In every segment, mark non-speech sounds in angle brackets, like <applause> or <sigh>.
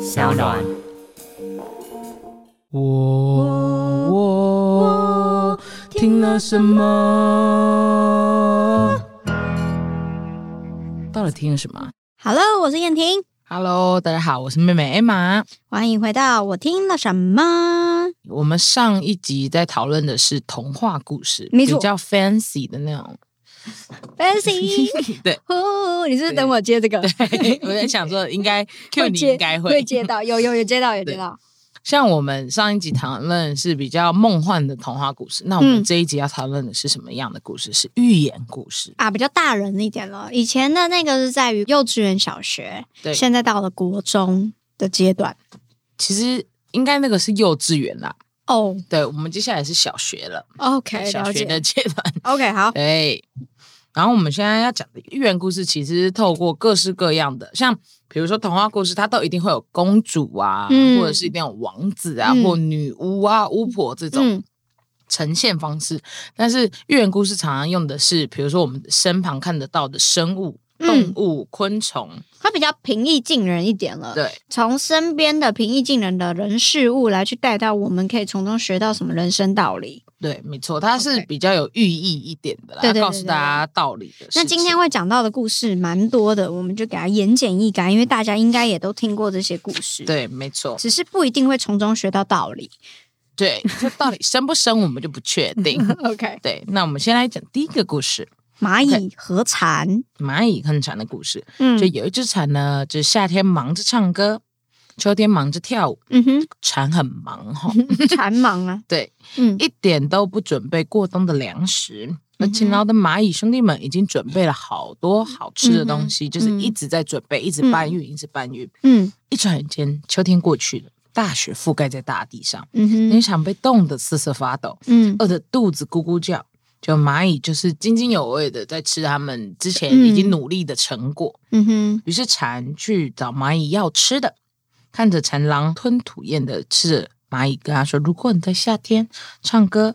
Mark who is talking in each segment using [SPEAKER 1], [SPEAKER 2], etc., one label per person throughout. [SPEAKER 1] 小暖。
[SPEAKER 2] 我我听了什么？到底听了什么
[SPEAKER 3] Hello，我是燕婷，
[SPEAKER 2] ？Hello，大家好，我是妹妹 Emma。
[SPEAKER 3] 欢迎回到我听了什
[SPEAKER 2] <laughs>
[SPEAKER 3] 么？
[SPEAKER 2] 我们上一集在讨论的是童话故事，
[SPEAKER 3] 没错
[SPEAKER 2] 比较 fancy 的那种。
[SPEAKER 3] Fancy，
[SPEAKER 2] <laughs> 对，
[SPEAKER 3] 呼，你是不是等我接这个？
[SPEAKER 2] 对，我在想说，应该 Q 你
[SPEAKER 3] 接
[SPEAKER 2] 应该
[SPEAKER 3] <laughs> 会接到，有有有接到有接到，
[SPEAKER 2] 像我们上一集讨论是比较梦幻的童话故事，那我们
[SPEAKER 3] 嗯
[SPEAKER 2] 这一集要讨论的是什么样的故事？是寓言故事。
[SPEAKER 3] 啊，比较大人一点了。以前的那个是在于幼稚园、小学，
[SPEAKER 2] 对，
[SPEAKER 3] 现在到了国中的阶段。
[SPEAKER 2] 其实应该那个是幼稚园啦。
[SPEAKER 3] 哦、
[SPEAKER 2] 对，我们接下来是小学了，
[SPEAKER 3] o k
[SPEAKER 2] 小
[SPEAKER 3] 了
[SPEAKER 2] 学
[SPEAKER 3] 解
[SPEAKER 2] 的。阶段。
[SPEAKER 3] OK，好，
[SPEAKER 2] 对，哎然后我们现在要讲的寓言故事，其实是透过各式各样的，像比如说童话故事，它都一定会有公主啊，
[SPEAKER 3] 嗯
[SPEAKER 2] 或者是一定有王子啊，
[SPEAKER 3] 嗯
[SPEAKER 2] 或女巫啊、巫婆这种。
[SPEAKER 3] 嗯
[SPEAKER 2] 呈现方式，但是寓言故事常常用的是，比如说我们身旁看得到的生物、动
[SPEAKER 3] 嗯
[SPEAKER 2] 物、昆虫，
[SPEAKER 3] 它比较平易近人一点了。
[SPEAKER 2] 对
[SPEAKER 3] 从身边的平易近人的人事物来去带到，我们可以从中学到什么人生道理。
[SPEAKER 2] 对，没错，它是
[SPEAKER 3] OK
[SPEAKER 2] 比较有寓意一点的啦，
[SPEAKER 3] 对对对
[SPEAKER 2] 告诉大家道理的事情。
[SPEAKER 3] 那今天会讲到的故事蛮多的，我们就给它言简意赅，因为大家应该也都听过这些故事，，
[SPEAKER 2] 对，没错，
[SPEAKER 3] 只是不一定会从中学到道理。
[SPEAKER 2] 对，这到底生不生我们就不确
[SPEAKER 3] <laughs>
[SPEAKER 2] 定。
[SPEAKER 3] OK，
[SPEAKER 2] 对，那我们先来讲第一个故事，
[SPEAKER 3] 蚂蚁和蝉，
[SPEAKER 2] 蚂蚁和蝉的故事。
[SPEAKER 3] 嗯
[SPEAKER 2] 就有一只蝉呢，就是夏天忙着唱歌，秋天忙着跳舞，
[SPEAKER 3] 嗯哼，
[SPEAKER 2] 蝉很忙哈、
[SPEAKER 3] 嗯蝉忙啊，
[SPEAKER 2] 对，
[SPEAKER 3] 嗯
[SPEAKER 2] 一点都不准备过冬的粮食。那勤
[SPEAKER 3] 嗯哼
[SPEAKER 2] 劳的蚂蚁兄弟们已经准备了好多好吃的东西，就是一直在准备，一直搬运，一直搬运。
[SPEAKER 3] 嗯
[SPEAKER 2] 一转眼，秋天过去了，大雪覆盖在大地上，
[SPEAKER 3] 嗯
[SPEAKER 2] 那
[SPEAKER 3] 哼，
[SPEAKER 2] 场被冻得瑟瑟发抖，
[SPEAKER 3] 嗯
[SPEAKER 2] 饿得肚子咕咕叫。就蚂蚁就是津津有味的在吃他们之前
[SPEAKER 3] 嗯
[SPEAKER 2] 已经努力的成果，
[SPEAKER 3] 嗯哼，
[SPEAKER 2] 于是蝉去找蚂蚁要吃的，看着蝉狼吞吐咽的吃着蚂蚁，跟他说：“如果你在夏天唱歌，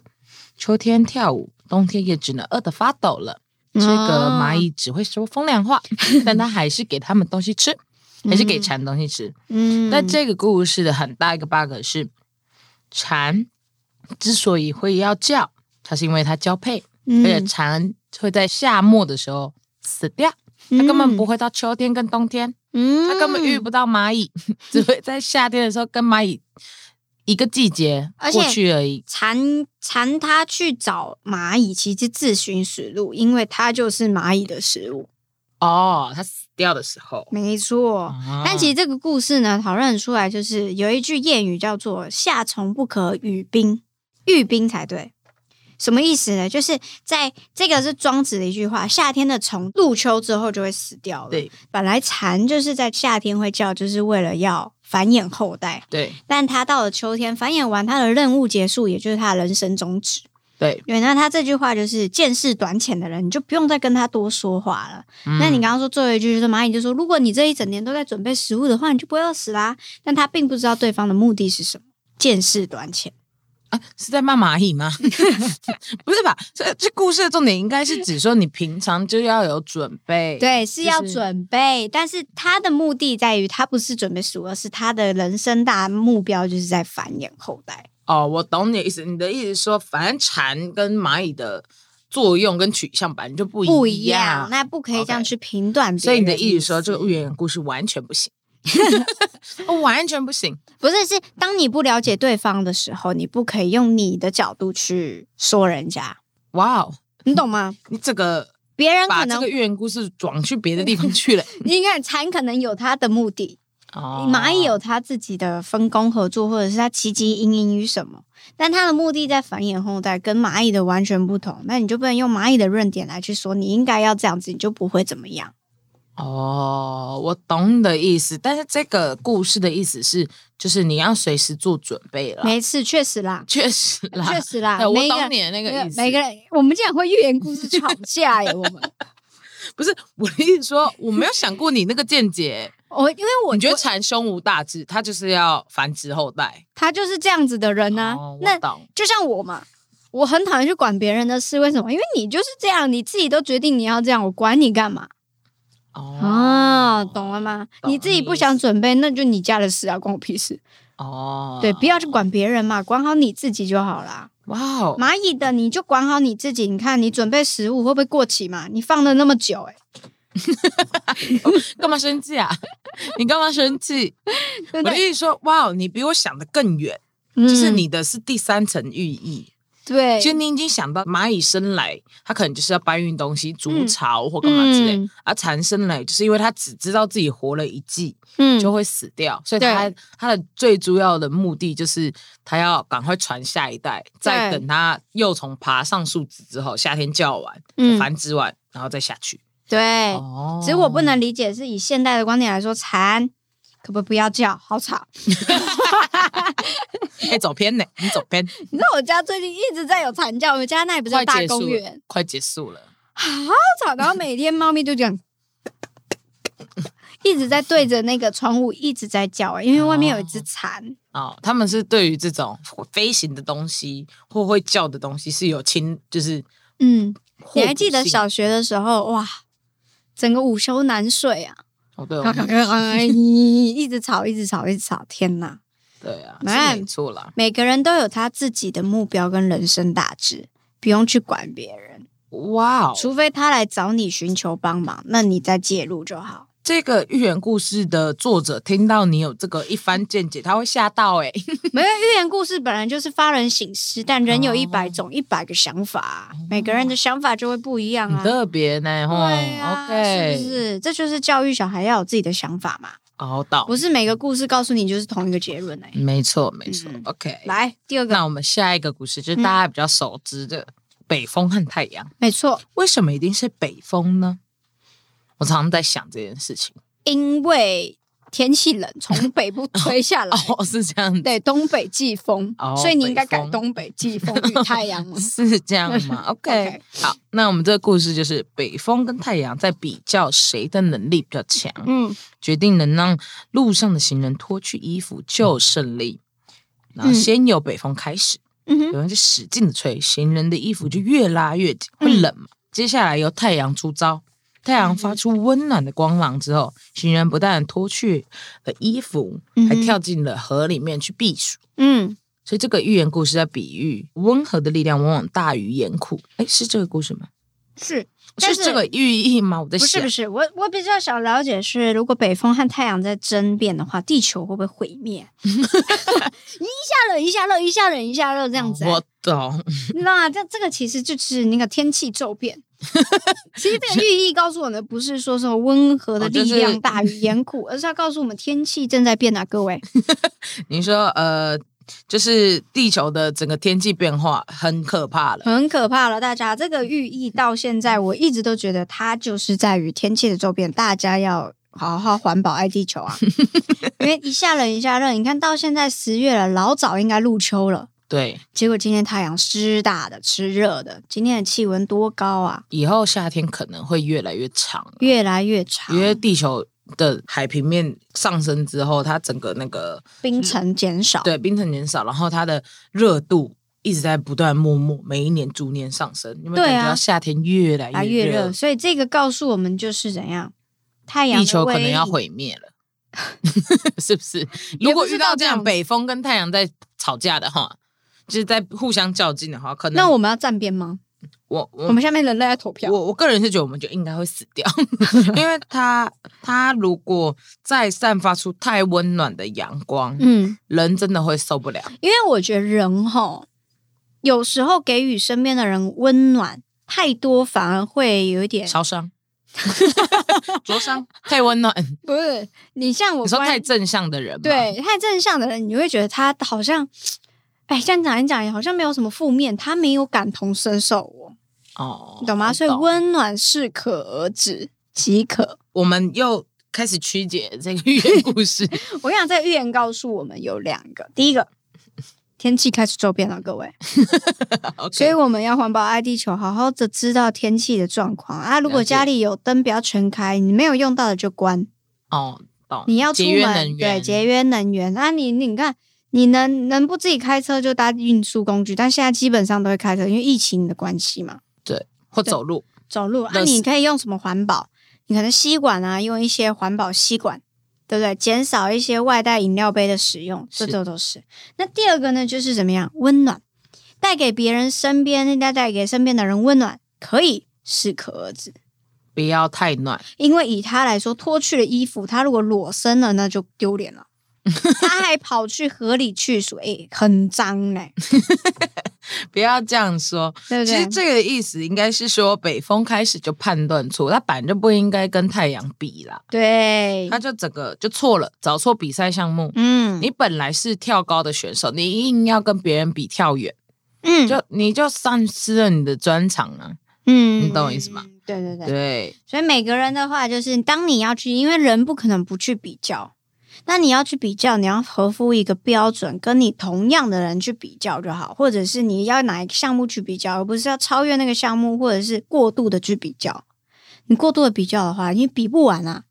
[SPEAKER 2] 秋天跳舞，冬天也只能饿得发抖了。”这个
[SPEAKER 3] 哦
[SPEAKER 2] 蚂蚁只会说风凉话， <laughs> 但它还是给他们东西吃，还是给蝉东西吃。
[SPEAKER 3] 嗯，
[SPEAKER 2] 但这个故事的很大一个 bug 是，蝉之所以会要叫，它是因为它交配，而且
[SPEAKER 3] 嗯，
[SPEAKER 2] 蝉会在夏末的时候死掉，它根本不会到秋天跟冬天。
[SPEAKER 3] 嗯嗯，嗯，
[SPEAKER 2] 他根本遇不到蚂蚁， <laughs> 只会在夏天的时候跟蚂蚁一个季节
[SPEAKER 3] 而且
[SPEAKER 2] 过去而已。
[SPEAKER 3] 蝉蝉，它去找蚂蚁，其实自寻死路，因为它就是蚂蚁的食物。
[SPEAKER 2] 哦，它死掉的时候，
[SPEAKER 3] 没错，但其
[SPEAKER 2] 实
[SPEAKER 3] 实这个故事呢，讨论出来就是有一句谚语叫做“夏虫不可语冰”，喻冰才对。什么意思呢？就是在这个是庄子的一句话，夏天的虫入秋之后就会死掉了。
[SPEAKER 2] 对，
[SPEAKER 3] 本来蝉就是在夏天会叫，就是为了要繁衍后代，
[SPEAKER 2] 对
[SPEAKER 3] 但它到了秋天繁衍完，它的任务结束，也就是它的人生终止。
[SPEAKER 2] 对，
[SPEAKER 3] 对，那他这句话就是见识短浅的人，你就不用再跟他多说话了。那你
[SPEAKER 2] 嗯
[SPEAKER 3] 刚刚说最后一句就是蚂蚁就说，如果你这一整年都在准备食物的话，你就不会饿死啦。但他并不知道对方的目的是什么，见识短浅。
[SPEAKER 2] 啊是在骂蚂蚁吗？ <laughs> 不是吧？这这故事的重点应该是指说你平常就要有准备。
[SPEAKER 3] 对，是要
[SPEAKER 2] 就是
[SPEAKER 3] 准备，但是他的目的在于他不是准备食物，而是他的人生大目标就是在繁衍后代。
[SPEAKER 2] 哦，我懂你的意思。你的意思是说，反正蝉跟蚂蚁的作用跟取向本来就不
[SPEAKER 3] 不
[SPEAKER 2] 一
[SPEAKER 3] 一样，那不可以这样
[SPEAKER 2] OK
[SPEAKER 3] 去评断别
[SPEAKER 2] 所以你的
[SPEAKER 3] 人
[SPEAKER 2] 意思是说，
[SPEAKER 3] 思
[SPEAKER 2] 这个寓言故事完全不
[SPEAKER 3] <laughs>
[SPEAKER 2] 行，哦完全不行。
[SPEAKER 3] 不是，是当你不了解对方的时候，你不可以用你的角度去说人家，
[SPEAKER 2] 哇哦，
[SPEAKER 3] 你懂
[SPEAKER 2] <laughs>
[SPEAKER 3] 吗？
[SPEAKER 2] 你这个
[SPEAKER 3] 别人
[SPEAKER 2] 把
[SPEAKER 3] 可
[SPEAKER 2] 这
[SPEAKER 3] 能
[SPEAKER 2] 个，寓言故事转去别的地方去了。
[SPEAKER 3] 你看蝉可能有它的目的，
[SPEAKER 2] 哦
[SPEAKER 3] <laughs> 蚂蚁有它自己的分工合作，或者是它其其营营于什么，但它的目的在繁衍后代，跟蚂蚁的完全不同。那你就不能用蚂蚁的论点来去说，你应该要这样子，你就不会怎么样。
[SPEAKER 2] 哦，我懂你的意思，但是这个故事的意思是，就是你要随时做准备了。
[SPEAKER 3] 没事，确实啦，
[SPEAKER 2] 确实啦，哎
[SPEAKER 3] 确实啦，
[SPEAKER 2] 啊对我
[SPEAKER 3] 每一
[SPEAKER 2] 懂
[SPEAKER 3] 个
[SPEAKER 2] 你的那个意思。
[SPEAKER 3] 每个人，我们竟然会寓言故事吵
[SPEAKER 2] <laughs>
[SPEAKER 3] 架耶！我们，
[SPEAKER 2] 不是我的意思说，我没有想过你那个见解。
[SPEAKER 3] 我因为我
[SPEAKER 2] 你觉得蝉胸无大志，它就是要繁殖后代？
[SPEAKER 3] 他就是这样子的人呢、
[SPEAKER 2] 哦，
[SPEAKER 3] 那
[SPEAKER 2] 我懂。
[SPEAKER 3] 就像我嘛，我很讨厌去管别人的事，为什么？因为你就是这样，你自己都决定你要这样，我管你干嘛？哦，懂了吗？
[SPEAKER 2] 懂
[SPEAKER 3] 你自己不想准备，那就你家的事啊，关我屁事。
[SPEAKER 2] 哦，
[SPEAKER 3] 对，不要去管别人嘛，管好你自己就好啦。
[SPEAKER 2] 哇哦，
[SPEAKER 3] 蚂蚁的你就管好你自己，你看你准备食物会不会过期嘛？你放了那么久、欸，
[SPEAKER 2] 干嘛生气啊？ <laughs> 你干嘛生气？
[SPEAKER 3] 对
[SPEAKER 2] 我
[SPEAKER 3] 不
[SPEAKER 2] 的
[SPEAKER 3] 对？
[SPEAKER 2] 意思说，哇哦，你比我想的更远，
[SPEAKER 3] 嗯
[SPEAKER 2] 就是你的是第三层寓意。
[SPEAKER 3] 对，
[SPEAKER 2] 其实你已经想到蚂蚁生来，它可能就是要搬运东西、筑
[SPEAKER 3] 嗯
[SPEAKER 2] 巢或干嘛之类。
[SPEAKER 3] 嗯
[SPEAKER 2] 而蝉生来，就是因为它只知道自己活了一季
[SPEAKER 3] 嗯
[SPEAKER 2] 就会死掉，所以它它的最主要的目的就是它要赶快传下一代，再
[SPEAKER 3] 对
[SPEAKER 2] 等它幼虫爬上树枝之后，夏天叫完、
[SPEAKER 3] 嗯
[SPEAKER 2] 繁殖完，然后再下去。
[SPEAKER 3] 对。
[SPEAKER 2] 哦
[SPEAKER 3] 只是我不能理解，是以现代的观点来说，蝉可不可以不要叫，好吵。
[SPEAKER 2] 哎、走偏呢，你走偏，
[SPEAKER 3] 你知道我家最近一直在有蝉叫，我们家那里 <laughs> 不是有
[SPEAKER 2] 快
[SPEAKER 3] 大
[SPEAKER 2] 结束
[SPEAKER 3] 公
[SPEAKER 2] 了
[SPEAKER 3] 园，，
[SPEAKER 2] 快结束了。
[SPEAKER 3] 好吵，然后每天猫咪就这样。 <laughs> 一直在对着那个窗户一直在叫、欸，因为外面有一只蝉，
[SPEAKER 2] 哦，他们是对于这种飞行的东西或会叫的东西是有亲，就是
[SPEAKER 3] 嗯，
[SPEAKER 2] 互
[SPEAKER 3] 你
[SPEAKER 2] 补
[SPEAKER 3] 还记得
[SPEAKER 2] 性
[SPEAKER 3] 小学的时候，哇，整个午休难睡啊，哎
[SPEAKER 2] 哦，
[SPEAKER 3] <laughs>
[SPEAKER 2] 对哦，
[SPEAKER 3] 一直吵，一直吵，一直吵，天哪！
[SPEAKER 2] 对
[SPEAKER 3] <laughs>
[SPEAKER 2] 啊，
[SPEAKER 3] Man
[SPEAKER 2] 是没错啦。
[SPEAKER 3] 每个人都有他自己的目标跟人生大志，不用去管别人，
[SPEAKER 2] 哇哦，
[SPEAKER 3] 除非他来找你寻求帮忙，那你再介入就好。
[SPEAKER 2] 这个寓言故事的作者听到你有这个一番见解，他会吓到哎、
[SPEAKER 3] 没有寓言故事本来就是发人省思，但人有一
[SPEAKER 2] 哦
[SPEAKER 3] 百种、一百个想法啊，每个人的想法就会不一样
[SPEAKER 2] 很
[SPEAKER 3] 啊。
[SPEAKER 2] 特别呢，吼、
[SPEAKER 3] 对啊
[SPEAKER 2] o k
[SPEAKER 3] 是不是？这就是教育小孩要有自己的想法嘛，
[SPEAKER 2] 熬到
[SPEAKER 3] 不，是每个故事告诉你就是同一个结论哎、
[SPEAKER 2] 没错没错、
[SPEAKER 3] 嗯
[SPEAKER 2] o k
[SPEAKER 3] 来，第二
[SPEAKER 2] 嗯
[SPEAKER 3] 个，嗯
[SPEAKER 2] 那我们下一个故事就是大家比较熟知的、北风和太阳，
[SPEAKER 3] 没错，
[SPEAKER 2] 为什么一定是北风呢？我常常在想这件事情。
[SPEAKER 3] 因为天气冷，从北部吹下来，
[SPEAKER 2] <laughs> 哦，是这样子，
[SPEAKER 3] 对，东北季风，
[SPEAKER 2] 哦
[SPEAKER 3] 所以你应该
[SPEAKER 2] 北
[SPEAKER 3] 改
[SPEAKER 2] 风。
[SPEAKER 3] 东北季风与太阳嘛
[SPEAKER 2] <laughs> 是这样
[SPEAKER 3] <laughs>
[SPEAKER 2] 吗？OK，好，那我们这个故事就是北风跟太阳在比较谁的能力比较强。
[SPEAKER 3] 嗯，
[SPEAKER 2] 决定能让路上的行人脱去衣服就胜利。然后先由北风开始，
[SPEAKER 3] 嗯哼，
[SPEAKER 2] 有人就使劲的吹，行人的衣服就越拉越紧，会冷嘛。
[SPEAKER 3] 嗯
[SPEAKER 2] 接下来由太阳出招，太阳发出温暖的光芒之后，行人不但脱去了衣服，还
[SPEAKER 3] 嗯哼
[SPEAKER 2] 跳进了河里面去避暑。
[SPEAKER 3] 嗯，
[SPEAKER 2] 所以这个寓言故事在比喻温和的力量往往大于严酷。哎，是这个故事吗？
[SPEAKER 3] 是，但
[SPEAKER 2] 是
[SPEAKER 3] 是
[SPEAKER 2] 这个寓意吗？我在
[SPEAKER 3] 不是
[SPEAKER 2] 想
[SPEAKER 3] 不，是，我我比较想了解是，如果北风和太阳在争辩的话，地球会不会毁
[SPEAKER 2] <laughs>
[SPEAKER 3] 灭？一下冷一下热，一下冷一下热这样子、
[SPEAKER 2] 哦
[SPEAKER 3] 啊
[SPEAKER 2] 我懂。
[SPEAKER 3] 你知道吗？这这个其实就是那个天气骤
[SPEAKER 2] <laughs>
[SPEAKER 3] 变。其实这个寓意告诉我们的不是说什么温和的
[SPEAKER 2] 哦就
[SPEAKER 3] 力
[SPEAKER 2] 是
[SPEAKER 3] 量大于 <laughs> 严酷，而是要告诉我们天气正在变啊，各位。
[SPEAKER 2] 你说呃，就是地球的整个天气变化很可怕了。
[SPEAKER 3] 很可怕了，大家。这个寓意到现在，我一直都觉得它就是在于天气的周边，大家要好好环保爱地
[SPEAKER 2] <laughs>
[SPEAKER 3] 球啊。因为一下冷一下热，你看到现在十月了，老早应该入秋了，
[SPEAKER 2] 对，
[SPEAKER 3] 结果今天太阳湿大的、湿热的，今天的气温多高啊，
[SPEAKER 2] 以后夏天可能会越来越长了，
[SPEAKER 3] 越来越长
[SPEAKER 2] 因，为地球的海平面上升之后，它整个那个
[SPEAKER 3] 冰层减少。
[SPEAKER 2] 对冰层减少，然后它的热度一直在不断默默每一年逐年上升，你们
[SPEAKER 3] 对啊
[SPEAKER 2] 感觉到夏天越来
[SPEAKER 3] 啊，
[SPEAKER 2] 越
[SPEAKER 3] 越热，所以这个告诉我们就是怎样，太阳
[SPEAKER 2] 地
[SPEAKER 3] 的
[SPEAKER 2] 球可
[SPEAKER 3] 威
[SPEAKER 2] 能要
[SPEAKER 3] 力
[SPEAKER 2] 毁灭了。 <laughs> 是不是？如果遇到这样北风跟太阳在吵架的话，就是在互相较劲的话，可能
[SPEAKER 3] 那我们要站边吗？
[SPEAKER 2] 我我
[SPEAKER 3] 我们下面人类来投票。
[SPEAKER 2] 我我个人是觉得我们就应该会死
[SPEAKER 3] <laughs>
[SPEAKER 2] 掉，因为它它如果再散发出太温暖的阳光，
[SPEAKER 3] 嗯，
[SPEAKER 2] 人真的会受不了。
[SPEAKER 3] 因为我觉得人吼，有时候给予身边的人温暖太多，反而会有一点
[SPEAKER 2] 烧
[SPEAKER 3] <laughs>
[SPEAKER 2] 伤，灼伤，太温暖。
[SPEAKER 3] 不是。你像我
[SPEAKER 2] 你说
[SPEAKER 3] 关
[SPEAKER 2] 太正向的人吗，
[SPEAKER 3] 对太正向的人，你会觉得他好像，哎，这样讲一讲也好像没有什么负面，他没有感同身受我，
[SPEAKER 2] 哦
[SPEAKER 3] 你，懂吗？所以
[SPEAKER 2] 懂
[SPEAKER 3] 温暖适可而止即可。
[SPEAKER 2] 我们又开始曲解这个寓言
[SPEAKER 3] <laughs>
[SPEAKER 2] 故事。
[SPEAKER 3] 我跟你讲，这个寓言告诉我们有两个，第一个。天气开始周边了，各位，所以
[SPEAKER 2] OK，
[SPEAKER 3] 我们要环保爱地球，好好的知道天气的状况啊。如果
[SPEAKER 2] 了解
[SPEAKER 3] 家里有灯，不要全开，你没有用到的就关。
[SPEAKER 2] 哦，懂。
[SPEAKER 3] 你要出
[SPEAKER 2] 节约能
[SPEAKER 3] 门，
[SPEAKER 2] 源，
[SPEAKER 3] 对，节约能源。那、你你看，你能能不自己开车就搭运输工具，但现在基本上都会开车，因为疫情的关系嘛，
[SPEAKER 2] 对，或走路。
[SPEAKER 3] 走路。
[SPEAKER 2] 那
[SPEAKER 3] 啊，
[SPEAKER 2] 是
[SPEAKER 3] 你可以用什么环保？你可能吸管啊，用一些环保吸管，对不对？减少一些外带饮料杯的使用，这
[SPEAKER 2] 是
[SPEAKER 3] 这都是。那第二个呢，就是怎么样温暖，带给别人身边，带带给身边的人温暖，可以适可而止。
[SPEAKER 2] 不要太暖，
[SPEAKER 3] 因为以他来说，脱去了衣服，他如果裸身了，那就丢脸了。他还跑去河里去水， <laughs> 诶很脏嘞、
[SPEAKER 2] 不要这样说。
[SPEAKER 3] 对不
[SPEAKER 2] 其实
[SPEAKER 3] 对？
[SPEAKER 2] 这个意思应该是说，北风开始就判断错，它本来就不应该跟太阳比啦，
[SPEAKER 3] 对
[SPEAKER 2] 它，就整个就错了，找错比赛项目。
[SPEAKER 3] 嗯
[SPEAKER 2] 你本来是跳高的选手，你硬要跟别人比跳远，
[SPEAKER 3] 嗯
[SPEAKER 2] 就你就丧失了你的专长啊。
[SPEAKER 3] 嗯
[SPEAKER 2] 你懂我意思吗？
[SPEAKER 3] 对对对，
[SPEAKER 2] 对，
[SPEAKER 3] 所以每个人的话，就是当你要去，因为人不可能不去比较，那你要去比较，你要合乎一个标准，跟你同样的人去比较就好，或者是你要哪一个项目去比较，而不是要超越那个项目，或者是过度的去比较。你过度的比较的话，你比不完啊。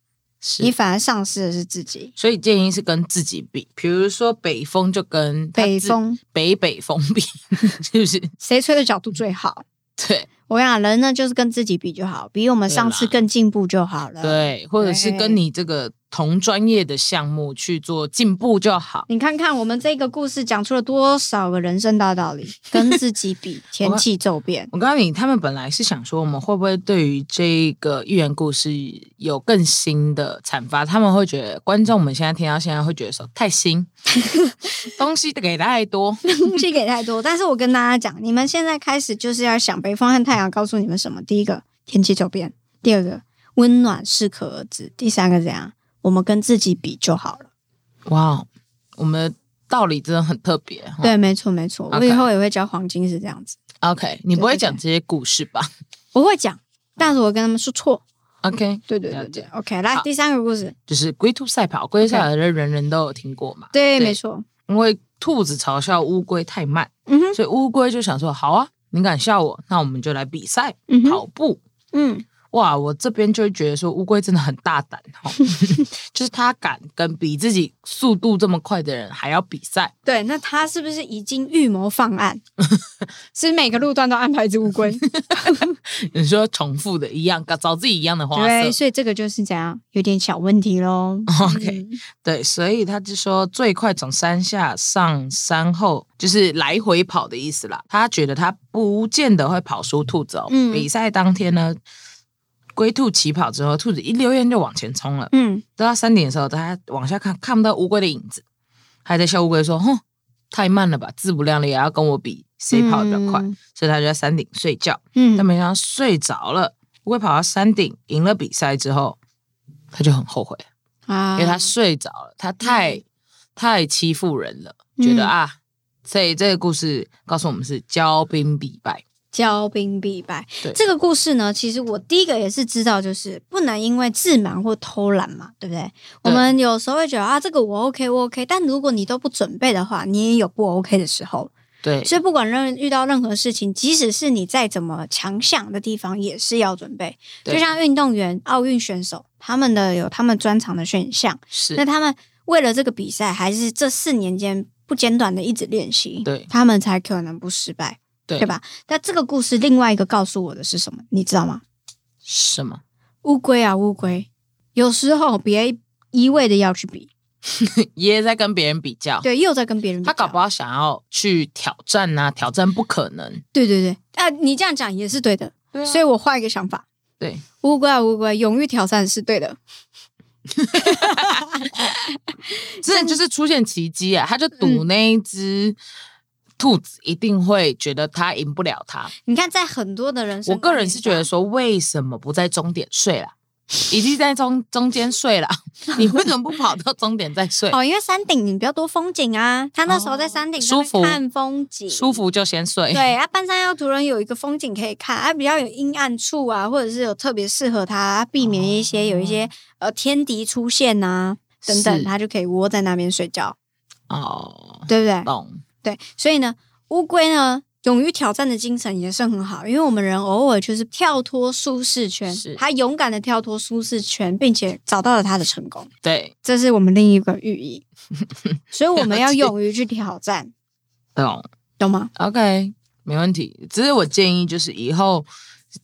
[SPEAKER 3] 你
[SPEAKER 2] 是。
[SPEAKER 3] 反而丧失的是自己。
[SPEAKER 2] 所以建议是跟自己比，比如说北风就跟它
[SPEAKER 3] 北
[SPEAKER 2] 自
[SPEAKER 3] 风
[SPEAKER 2] 北北风比， <laughs> 是不是？
[SPEAKER 3] 谁吹的角度最好？
[SPEAKER 2] 对
[SPEAKER 3] 我跟你讲，人呢就是跟自己比就好，比我们上
[SPEAKER 2] 对
[SPEAKER 3] 次
[SPEAKER 2] 啦
[SPEAKER 3] 更进步就好了。，
[SPEAKER 2] 对，或者是
[SPEAKER 3] 嗯对
[SPEAKER 2] 跟你这个同专业的项目去做进步就好。
[SPEAKER 3] 你看看我们这个故事讲出了多少个人生大道理，
[SPEAKER 2] <laughs>
[SPEAKER 3] 跟自己比，天气骤变。
[SPEAKER 2] 我告诉你，他们本来是想说，我们会不会对于这个寓言故事有更新的阐发？他们会觉得观众们现在听到现在会觉得说太新，
[SPEAKER 3] <laughs>
[SPEAKER 2] 东西给太多，
[SPEAKER 3] 东西给太多，但是我跟大家讲，你们现在开始就是要想北方和太阳告诉你们什么？第一个，天气骤变；第二个，温暖适可而止；第三个，怎样？我们跟自己比就好了。
[SPEAKER 2] 哇，哦我们的道理真的很特别。哈
[SPEAKER 3] 对，没错，没错。我
[SPEAKER 2] 哦 OK
[SPEAKER 3] 以后也会教黄金是这样子，
[SPEAKER 2] ，OK，你不会
[SPEAKER 3] 对对
[SPEAKER 2] 讲这些故事吧
[SPEAKER 3] 我会讲，但是我跟他们说错。
[SPEAKER 2] ？OK，
[SPEAKER 3] 对对
[SPEAKER 2] 了
[SPEAKER 3] 对对
[SPEAKER 2] 解
[SPEAKER 3] ，OK，来
[SPEAKER 2] 好
[SPEAKER 3] 第三个故事，
[SPEAKER 2] 就是龟兔赛跑，龟兔赛跑的人人都有听过嘛，
[SPEAKER 3] 对，
[SPEAKER 2] 对
[SPEAKER 3] 没错，
[SPEAKER 2] 因为兔子嘲笑乌龟太慢，
[SPEAKER 3] 嗯哼，
[SPEAKER 2] 所以乌龟就想说，好啊，你敢笑我，那我们就来比赛
[SPEAKER 3] 嗯哼，
[SPEAKER 2] 跑步。
[SPEAKER 3] 嗯
[SPEAKER 2] 哇，我这边就会觉得说乌龟真的很大胆
[SPEAKER 3] <laughs>
[SPEAKER 2] 哈、哦，就是它敢跟比自己速度这么快的人还要比赛，
[SPEAKER 3] 对，那他是不是已经预谋放
[SPEAKER 2] <laughs>
[SPEAKER 3] 案？是每个路段都安排一只乌龟？
[SPEAKER 2] 你说重复的一样，找自己一样的花色哦
[SPEAKER 3] 对，，所以这个就是怎样，有点小问题喽。
[SPEAKER 2] OK 对，所以他就说最快从山下上山后，就是来回跑的意思啦。他觉得他不见得会跑输兔子哦。
[SPEAKER 3] 嗯
[SPEAKER 2] 比赛当天呢，龟兔起跑之后，兔子一溜烟就往前冲了。
[SPEAKER 3] 嗯，
[SPEAKER 2] 到三点的时候，他往下看，看不到乌龟的影子，还在笑乌龟说：“哼，太慢了吧，自不量力，也要跟我比谁跑得比较快。
[SPEAKER 3] 嗯
[SPEAKER 2] 所以他就在山顶睡觉，但
[SPEAKER 3] 嗯，
[SPEAKER 2] 没想到睡着了。乌龟跑到山顶赢了比赛之后，他就很后悔，
[SPEAKER 3] 啊，
[SPEAKER 2] 因为他睡着了，他太、太欺负人了，觉得
[SPEAKER 3] 嗯
[SPEAKER 2] 啊，所以这个故事告诉我们是骄兵必败。
[SPEAKER 3] 骄兵必败
[SPEAKER 2] 对。
[SPEAKER 3] 这个故事呢，其实我第一个也是知道，就是不能因为自满或偷懒嘛，对不对？我们有时候会觉得啊，这个我 OK，我 OK，但如果你都不准备的话，你也有不 OK 的时候。
[SPEAKER 2] 对，
[SPEAKER 3] 所以不管任遇到任何事情，即使是你再怎么强项的地方，也是要准备。
[SPEAKER 2] 对
[SPEAKER 3] 就像运动员、奥运选手，他们的有他们专长的选项，那
[SPEAKER 2] 是
[SPEAKER 3] 他们为了这个比赛，还是这四年间不间断的一直练习，
[SPEAKER 2] 对
[SPEAKER 3] 他们才可能不失败，
[SPEAKER 2] 对
[SPEAKER 3] 吧？但这个故事另外一个告诉我的是什么，你知道吗？
[SPEAKER 2] 什么？
[SPEAKER 3] 乌龟啊，乌龟，有时候别一味的要去比，
[SPEAKER 2] 爷爷在跟别人比较。
[SPEAKER 3] 对，又在跟别人
[SPEAKER 2] 哦
[SPEAKER 3] 比
[SPEAKER 2] 他搞不
[SPEAKER 3] 好，
[SPEAKER 2] 好想要去挑战呐、挑战不可能。
[SPEAKER 3] 对对对，啊，你这样讲也是对的，啊
[SPEAKER 2] 对啊
[SPEAKER 3] 所以我换一个想法，
[SPEAKER 2] 对，
[SPEAKER 3] 乌龟啊，乌龟，勇于挑战是对的。
[SPEAKER 2] 真的就是出现奇迹啊！他就赌
[SPEAKER 3] 嗯
[SPEAKER 2] 那一只兔子一定会觉得他赢不了他。
[SPEAKER 3] 你看，在很多的人生，
[SPEAKER 2] 我个人是觉得，说，为什么不在终点睡啦？已经在中中间睡了， <laughs> 你为什么不跑到终点再睡？
[SPEAKER 3] <laughs> 哦，因为山顶你比较多风景啊。他那时候在
[SPEAKER 2] 哦
[SPEAKER 3] 山顶
[SPEAKER 2] 舒
[SPEAKER 3] 上面
[SPEAKER 2] 服
[SPEAKER 3] 看风景，
[SPEAKER 2] 舒。服欸就先 <laughs> 睡。
[SPEAKER 3] 对啊，半山腰族人有一个风景可以看，啊，比较有阴暗处啊，或者是有特别适合他，啊避免一些有一些呃天敌出现呐、等等，
[SPEAKER 2] 哦是
[SPEAKER 3] 他就可以窝在那边睡觉，
[SPEAKER 2] 哦，
[SPEAKER 3] 对不对？
[SPEAKER 2] 懂。
[SPEAKER 3] 对，所以呢，乌龟呢，勇于挑战的精神也是很好，因为我们人偶尔就是跳脱舒适圈
[SPEAKER 2] 是，
[SPEAKER 3] 他勇敢的跳脱舒适圈，并且找到了他的成功，
[SPEAKER 2] 对，
[SPEAKER 3] 这是我们另一个寓意。
[SPEAKER 2] <laughs>
[SPEAKER 3] 所以我们要
[SPEAKER 2] 了解
[SPEAKER 3] 勇于去挑战，
[SPEAKER 2] 懂。
[SPEAKER 3] 懂吗？
[SPEAKER 2] OK，没问题。只是我建议，就是以后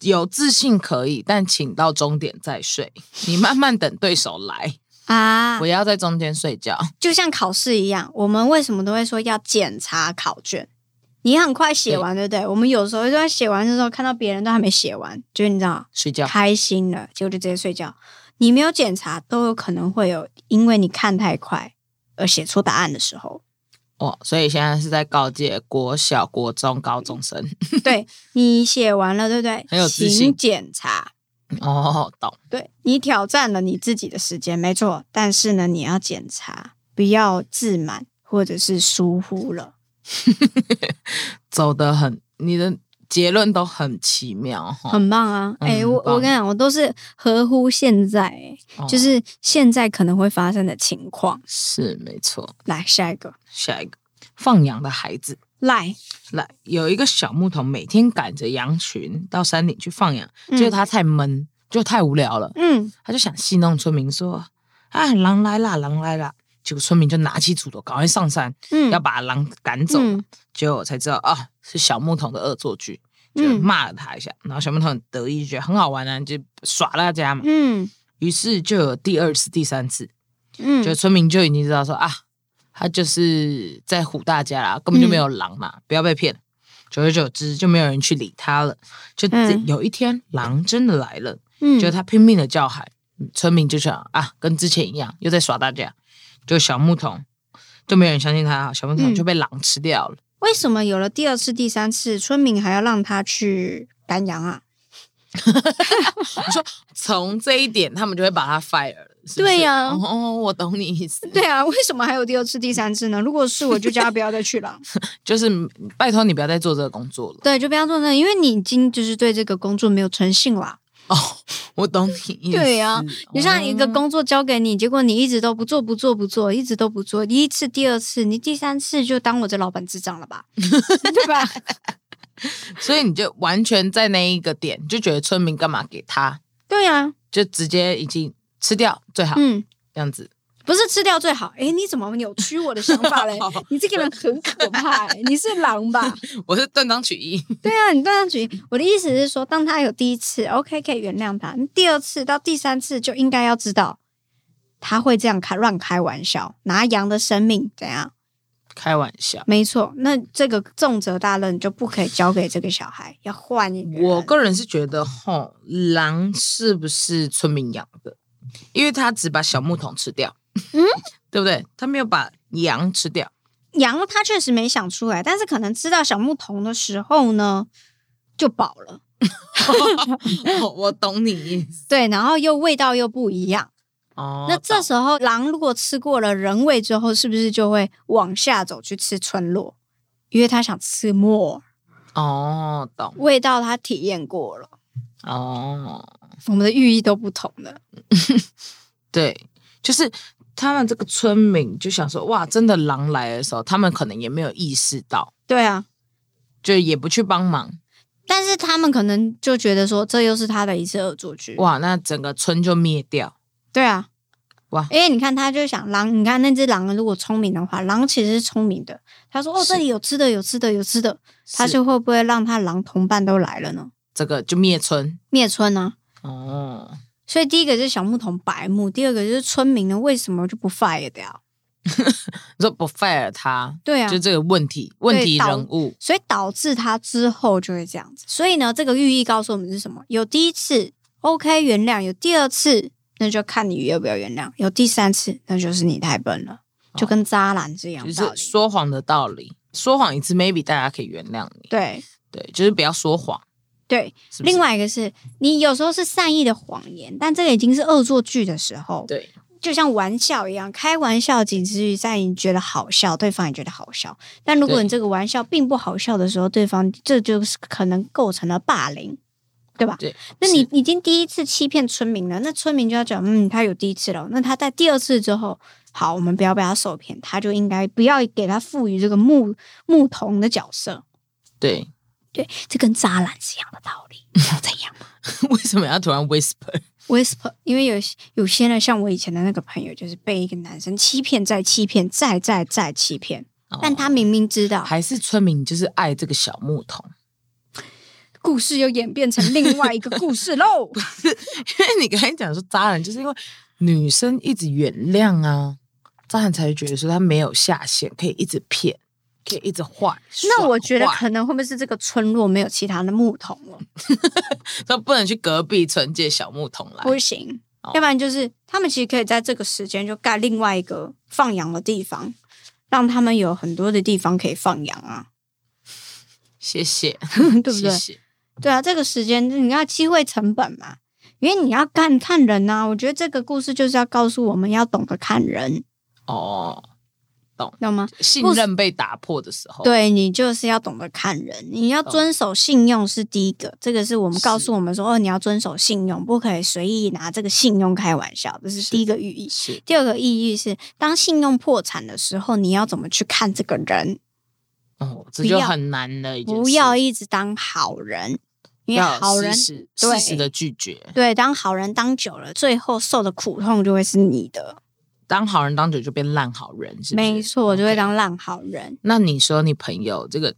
[SPEAKER 2] 有自信可以，但请到终点再睡，你慢慢等对手
[SPEAKER 3] <laughs>
[SPEAKER 2] 来，
[SPEAKER 3] 啊
[SPEAKER 2] 不，要在中间睡觉。
[SPEAKER 3] 就像考试一样，我们为什么都会说要检查考卷？你很快写完，对不对？我们有时候就在写完的时候，看到别人都还没写完，就是你知道
[SPEAKER 2] 睡觉
[SPEAKER 3] 开心了，结果就直接睡觉。你没有检查，都有可能会有因为你看太快而写错答案的
[SPEAKER 2] <laughs>
[SPEAKER 3] 时候。
[SPEAKER 2] 哦，所以现在是在告诫国小、国中、高中生。 <laughs>
[SPEAKER 3] 对你写完了，对不对？
[SPEAKER 2] 很有自信
[SPEAKER 3] 请检查。
[SPEAKER 2] 哦，懂。
[SPEAKER 3] 对你挑战了你自己的时间，没错。但是呢，你要检查，不要自满或者是疏忽了。
[SPEAKER 2] 走得很，你的结论都很奇妙哈。
[SPEAKER 3] 很棒啊！
[SPEAKER 2] 嗯
[SPEAKER 3] 哎、
[SPEAKER 2] 很
[SPEAKER 3] 我
[SPEAKER 2] 棒
[SPEAKER 3] 我跟你讲，我都是合乎现在、哎
[SPEAKER 2] 哦
[SPEAKER 3] 就是现在可能会发生的情况。
[SPEAKER 2] 是没错。
[SPEAKER 3] 来下一个，
[SPEAKER 2] 下一个，放羊的孩子
[SPEAKER 3] 赖，
[SPEAKER 2] 来，有一个小牧童每天赶着羊群到山里去放羊，
[SPEAKER 3] 嗯
[SPEAKER 2] 结果他太闷，就太无聊了，
[SPEAKER 3] 嗯，
[SPEAKER 2] 他就想戏弄村民说：“啊，狼来啦，狼来啦！”结果村民就拿起锄头赶快上山，
[SPEAKER 3] 嗯
[SPEAKER 2] 要把狼赶走。
[SPEAKER 3] 嗯
[SPEAKER 2] 结果我才知道啊，是小牧童的恶作剧，就
[SPEAKER 3] 嗯
[SPEAKER 2] 骂了他一下。然后小牧童很得意，觉得很好玩啊，就耍大家嘛。
[SPEAKER 3] 嗯
[SPEAKER 2] 于是就有第二次、第三次，
[SPEAKER 3] 嗯，
[SPEAKER 2] 就村民就已经知道说啊，他就是在唬大家啦，根本就
[SPEAKER 3] 嗯
[SPEAKER 2] 没有狼嘛，不要被骗。久而久之，就没有人去理他了。就这
[SPEAKER 3] 嗯
[SPEAKER 2] 有一天，狼真的来了，
[SPEAKER 3] 嗯
[SPEAKER 2] 就他拼命的叫喊，嗯村民就想啊，跟之前一样，又在耍大家。就小牧童就没有人相信他，小牧童
[SPEAKER 3] 嗯
[SPEAKER 2] 就被狼吃掉了。
[SPEAKER 3] 为什么有了第二次、第三次，村民还要让他去赶羊啊？
[SPEAKER 2] 从这一点，他们就会把他 fire 了。是不是
[SPEAKER 3] 对呀
[SPEAKER 2] 哦，我懂你意思，
[SPEAKER 3] <laughs> 对啊，为什么还有第二次、第三次呢？如果是我就叫他不要再去了，
[SPEAKER 2] 就是拜托你不要再做这个工作了。
[SPEAKER 3] 对，就不要做那，因为你已经就是对这个工作没有诚信啦。
[SPEAKER 2] 哦，我懂你意思。
[SPEAKER 3] 对呀就像一个
[SPEAKER 2] 哦
[SPEAKER 3] 工作交给你，结果你一直都不做，不做，不做，一直都不做，第一次、第二次，你第三次就当我这老板智障
[SPEAKER 2] <laughs>
[SPEAKER 3] 了吧，对吧？
[SPEAKER 2] 所以你就完全在那一个点就觉得村民干嘛给他，
[SPEAKER 3] 对啊，
[SPEAKER 2] 就直接已经吃掉最好、
[SPEAKER 3] 嗯，
[SPEAKER 2] 这样子。
[SPEAKER 3] 不是吃掉最好。诶，你怎么扭曲我的想法嘞
[SPEAKER 2] 好？
[SPEAKER 3] 你这个人很可怕、诶你是狼吧？
[SPEAKER 2] 我是断章取义， <laughs>
[SPEAKER 3] 对啊，你断章取义。我的意思是说，当他有第一次，OK 可以原谅他，第二次到第三次就应该要知道他会这样开乱开玩笑，拿羊的生命怎样？
[SPEAKER 2] 开玩笑。
[SPEAKER 3] 没错，那这个重责大任就不可以交给这个小孩，要换一个人。
[SPEAKER 2] 我个人是觉得，吼，狼是不是村民养的？因为他只把小牧童吃掉，
[SPEAKER 3] 嗯，
[SPEAKER 2] <laughs> 对不对？他没有把羊吃掉。
[SPEAKER 3] 羊他确实没想出来，但是可能知道小牧童的时候呢，就饱了。
[SPEAKER 2] 哦 <laughs> 我懂你意思。
[SPEAKER 3] 对，然后又味道又不一样。
[SPEAKER 2] <laughs> 哦，
[SPEAKER 3] 那这
[SPEAKER 2] 懂
[SPEAKER 3] 时候狼如果吃过了人味之后，是不是就会往下走去吃村落？因为他想吃 more
[SPEAKER 2] 哦懂
[SPEAKER 3] 味道，他体验过了，
[SPEAKER 2] 哦，
[SPEAKER 3] 我们的寓意都不同了。
[SPEAKER 2] 对，就是他们这个村民就想说，哇，真的狼来的时候，他们可能也没有意识到，
[SPEAKER 3] 对啊，
[SPEAKER 2] 就也不去帮忙，
[SPEAKER 3] 但是他们可能就觉得说，这又是他的一次恶作剧。
[SPEAKER 2] 哇，那整个村就灭掉。
[SPEAKER 3] 对啊，
[SPEAKER 2] 哇
[SPEAKER 3] 因为你看，他就想狼，你看那只狼如果聪明的话，狼其实是聪明的。他说：“哦，
[SPEAKER 2] 是
[SPEAKER 3] 这里有吃的，有吃的，有吃的。”他
[SPEAKER 2] 是
[SPEAKER 3] 就会不会让他狼同伴都来了呢？
[SPEAKER 2] 这个就灭村
[SPEAKER 3] 灭村呢、
[SPEAKER 2] 哦，
[SPEAKER 3] 所以第一个就是小牧童白目，第二个就是村民呢为什么就不 fire 掉？
[SPEAKER 2] 你说不 fire 他，
[SPEAKER 3] 对啊
[SPEAKER 2] 就，这个问题问题
[SPEAKER 3] 导
[SPEAKER 2] 人物
[SPEAKER 3] 所以导致他之后就会这样子。所以呢，这个寓意告诉我们是什么？有第一次 OK 原谅，有第二次那就看你要不要原谅，有第三次那就是你太笨了，
[SPEAKER 2] 哦
[SPEAKER 3] 就跟渣男这样
[SPEAKER 2] 就
[SPEAKER 3] 道
[SPEAKER 2] 是
[SPEAKER 3] 理。
[SPEAKER 2] 说谎的道理，说谎一次 maybe 大家可以原谅你，
[SPEAKER 3] 对
[SPEAKER 2] 对，就是不要说谎。
[SPEAKER 3] 对，
[SPEAKER 2] 是不是
[SPEAKER 3] 另外一个是你有时候是善意的谎言，但这个已经是恶作剧的时候，
[SPEAKER 2] 对
[SPEAKER 3] 就像玩笑一样，开玩笑仅止于在你觉得好笑，对方也觉得好笑。但如果
[SPEAKER 2] 对
[SPEAKER 3] 你这个玩笑并不好笑的时候，对方这就是可能构成了霸凌，对吧？
[SPEAKER 2] 对，
[SPEAKER 3] 那
[SPEAKER 2] 是
[SPEAKER 3] 你已经第一次欺骗村民了，那村民就要讲，嗯，他有第一次了，那他在第二次之后，好，我们不要被他受骗，他就应该不要给他赋予这个牧牧童的角色，
[SPEAKER 2] 对，
[SPEAKER 3] <laughs>
[SPEAKER 2] <laughs>
[SPEAKER 3] 这跟渣男是一样的道理，你知道怎样？
[SPEAKER 2] 为什么要突然 whisper？
[SPEAKER 3] whisper，因为有些有些人像我以前的那个朋友，就是被一个男生欺骗，再欺骗，再再再欺骗，但他
[SPEAKER 2] 哦
[SPEAKER 3] 明明知道，
[SPEAKER 2] 还是村民就是爱这个小牧童，
[SPEAKER 3] 故事又演变成另外一个故事 <laughs> 喽。
[SPEAKER 2] <laughs> 因为你刚才讲说渣男，就是因为女生一直原谅啊，渣男才会觉得说他没有下限，可以一直骗，可以一直坏。
[SPEAKER 3] 那我觉得
[SPEAKER 2] 耍坏
[SPEAKER 3] 可能会不会是这个村落没有其他的木桶了？
[SPEAKER 2] 他不能去隔壁村借小木桶来。
[SPEAKER 3] 不行
[SPEAKER 2] 哦，
[SPEAKER 3] 要不然就是他们其实可以在这个时间就盖另外一个放羊的地方，让他们有很多的地方可以放羊 <laughs> 啊，
[SPEAKER 2] 谢谢，
[SPEAKER 3] 对不对？
[SPEAKER 2] 谢谢。
[SPEAKER 3] 对啊，这个时间你要机会成本嘛，因为你要看看人呐、我觉得这个故事就是要告诉我们要懂得看人，
[SPEAKER 2] 哦，
[SPEAKER 3] 懂吗？
[SPEAKER 2] 信任被打破的时候，，
[SPEAKER 3] 对你就是要懂得看人，你要遵守信用是第一个，这个是我们
[SPEAKER 2] 是
[SPEAKER 3] 告诉我们说，哦，你要遵守信用，不可以随意拿这个信用开玩笑，这是
[SPEAKER 2] 是
[SPEAKER 3] 第一个寓意。
[SPEAKER 2] 是
[SPEAKER 3] 第二个意义是，当信用破产的时候，你要怎么去看这个人？
[SPEAKER 2] 哦，这
[SPEAKER 3] 不
[SPEAKER 2] 就
[SPEAKER 3] 要
[SPEAKER 2] 很难了。
[SPEAKER 3] 不要一直当好人，因为
[SPEAKER 2] 要
[SPEAKER 3] 好人
[SPEAKER 2] 适时
[SPEAKER 3] 对
[SPEAKER 2] 适时的拒绝，
[SPEAKER 3] 对当好人当久了，最后受的苦痛就会是你的。
[SPEAKER 2] 当好人当久就变烂好人，是不是
[SPEAKER 3] 没错，就会
[SPEAKER 2] OK
[SPEAKER 3] 当烂好人。
[SPEAKER 2] 那你说你朋友这个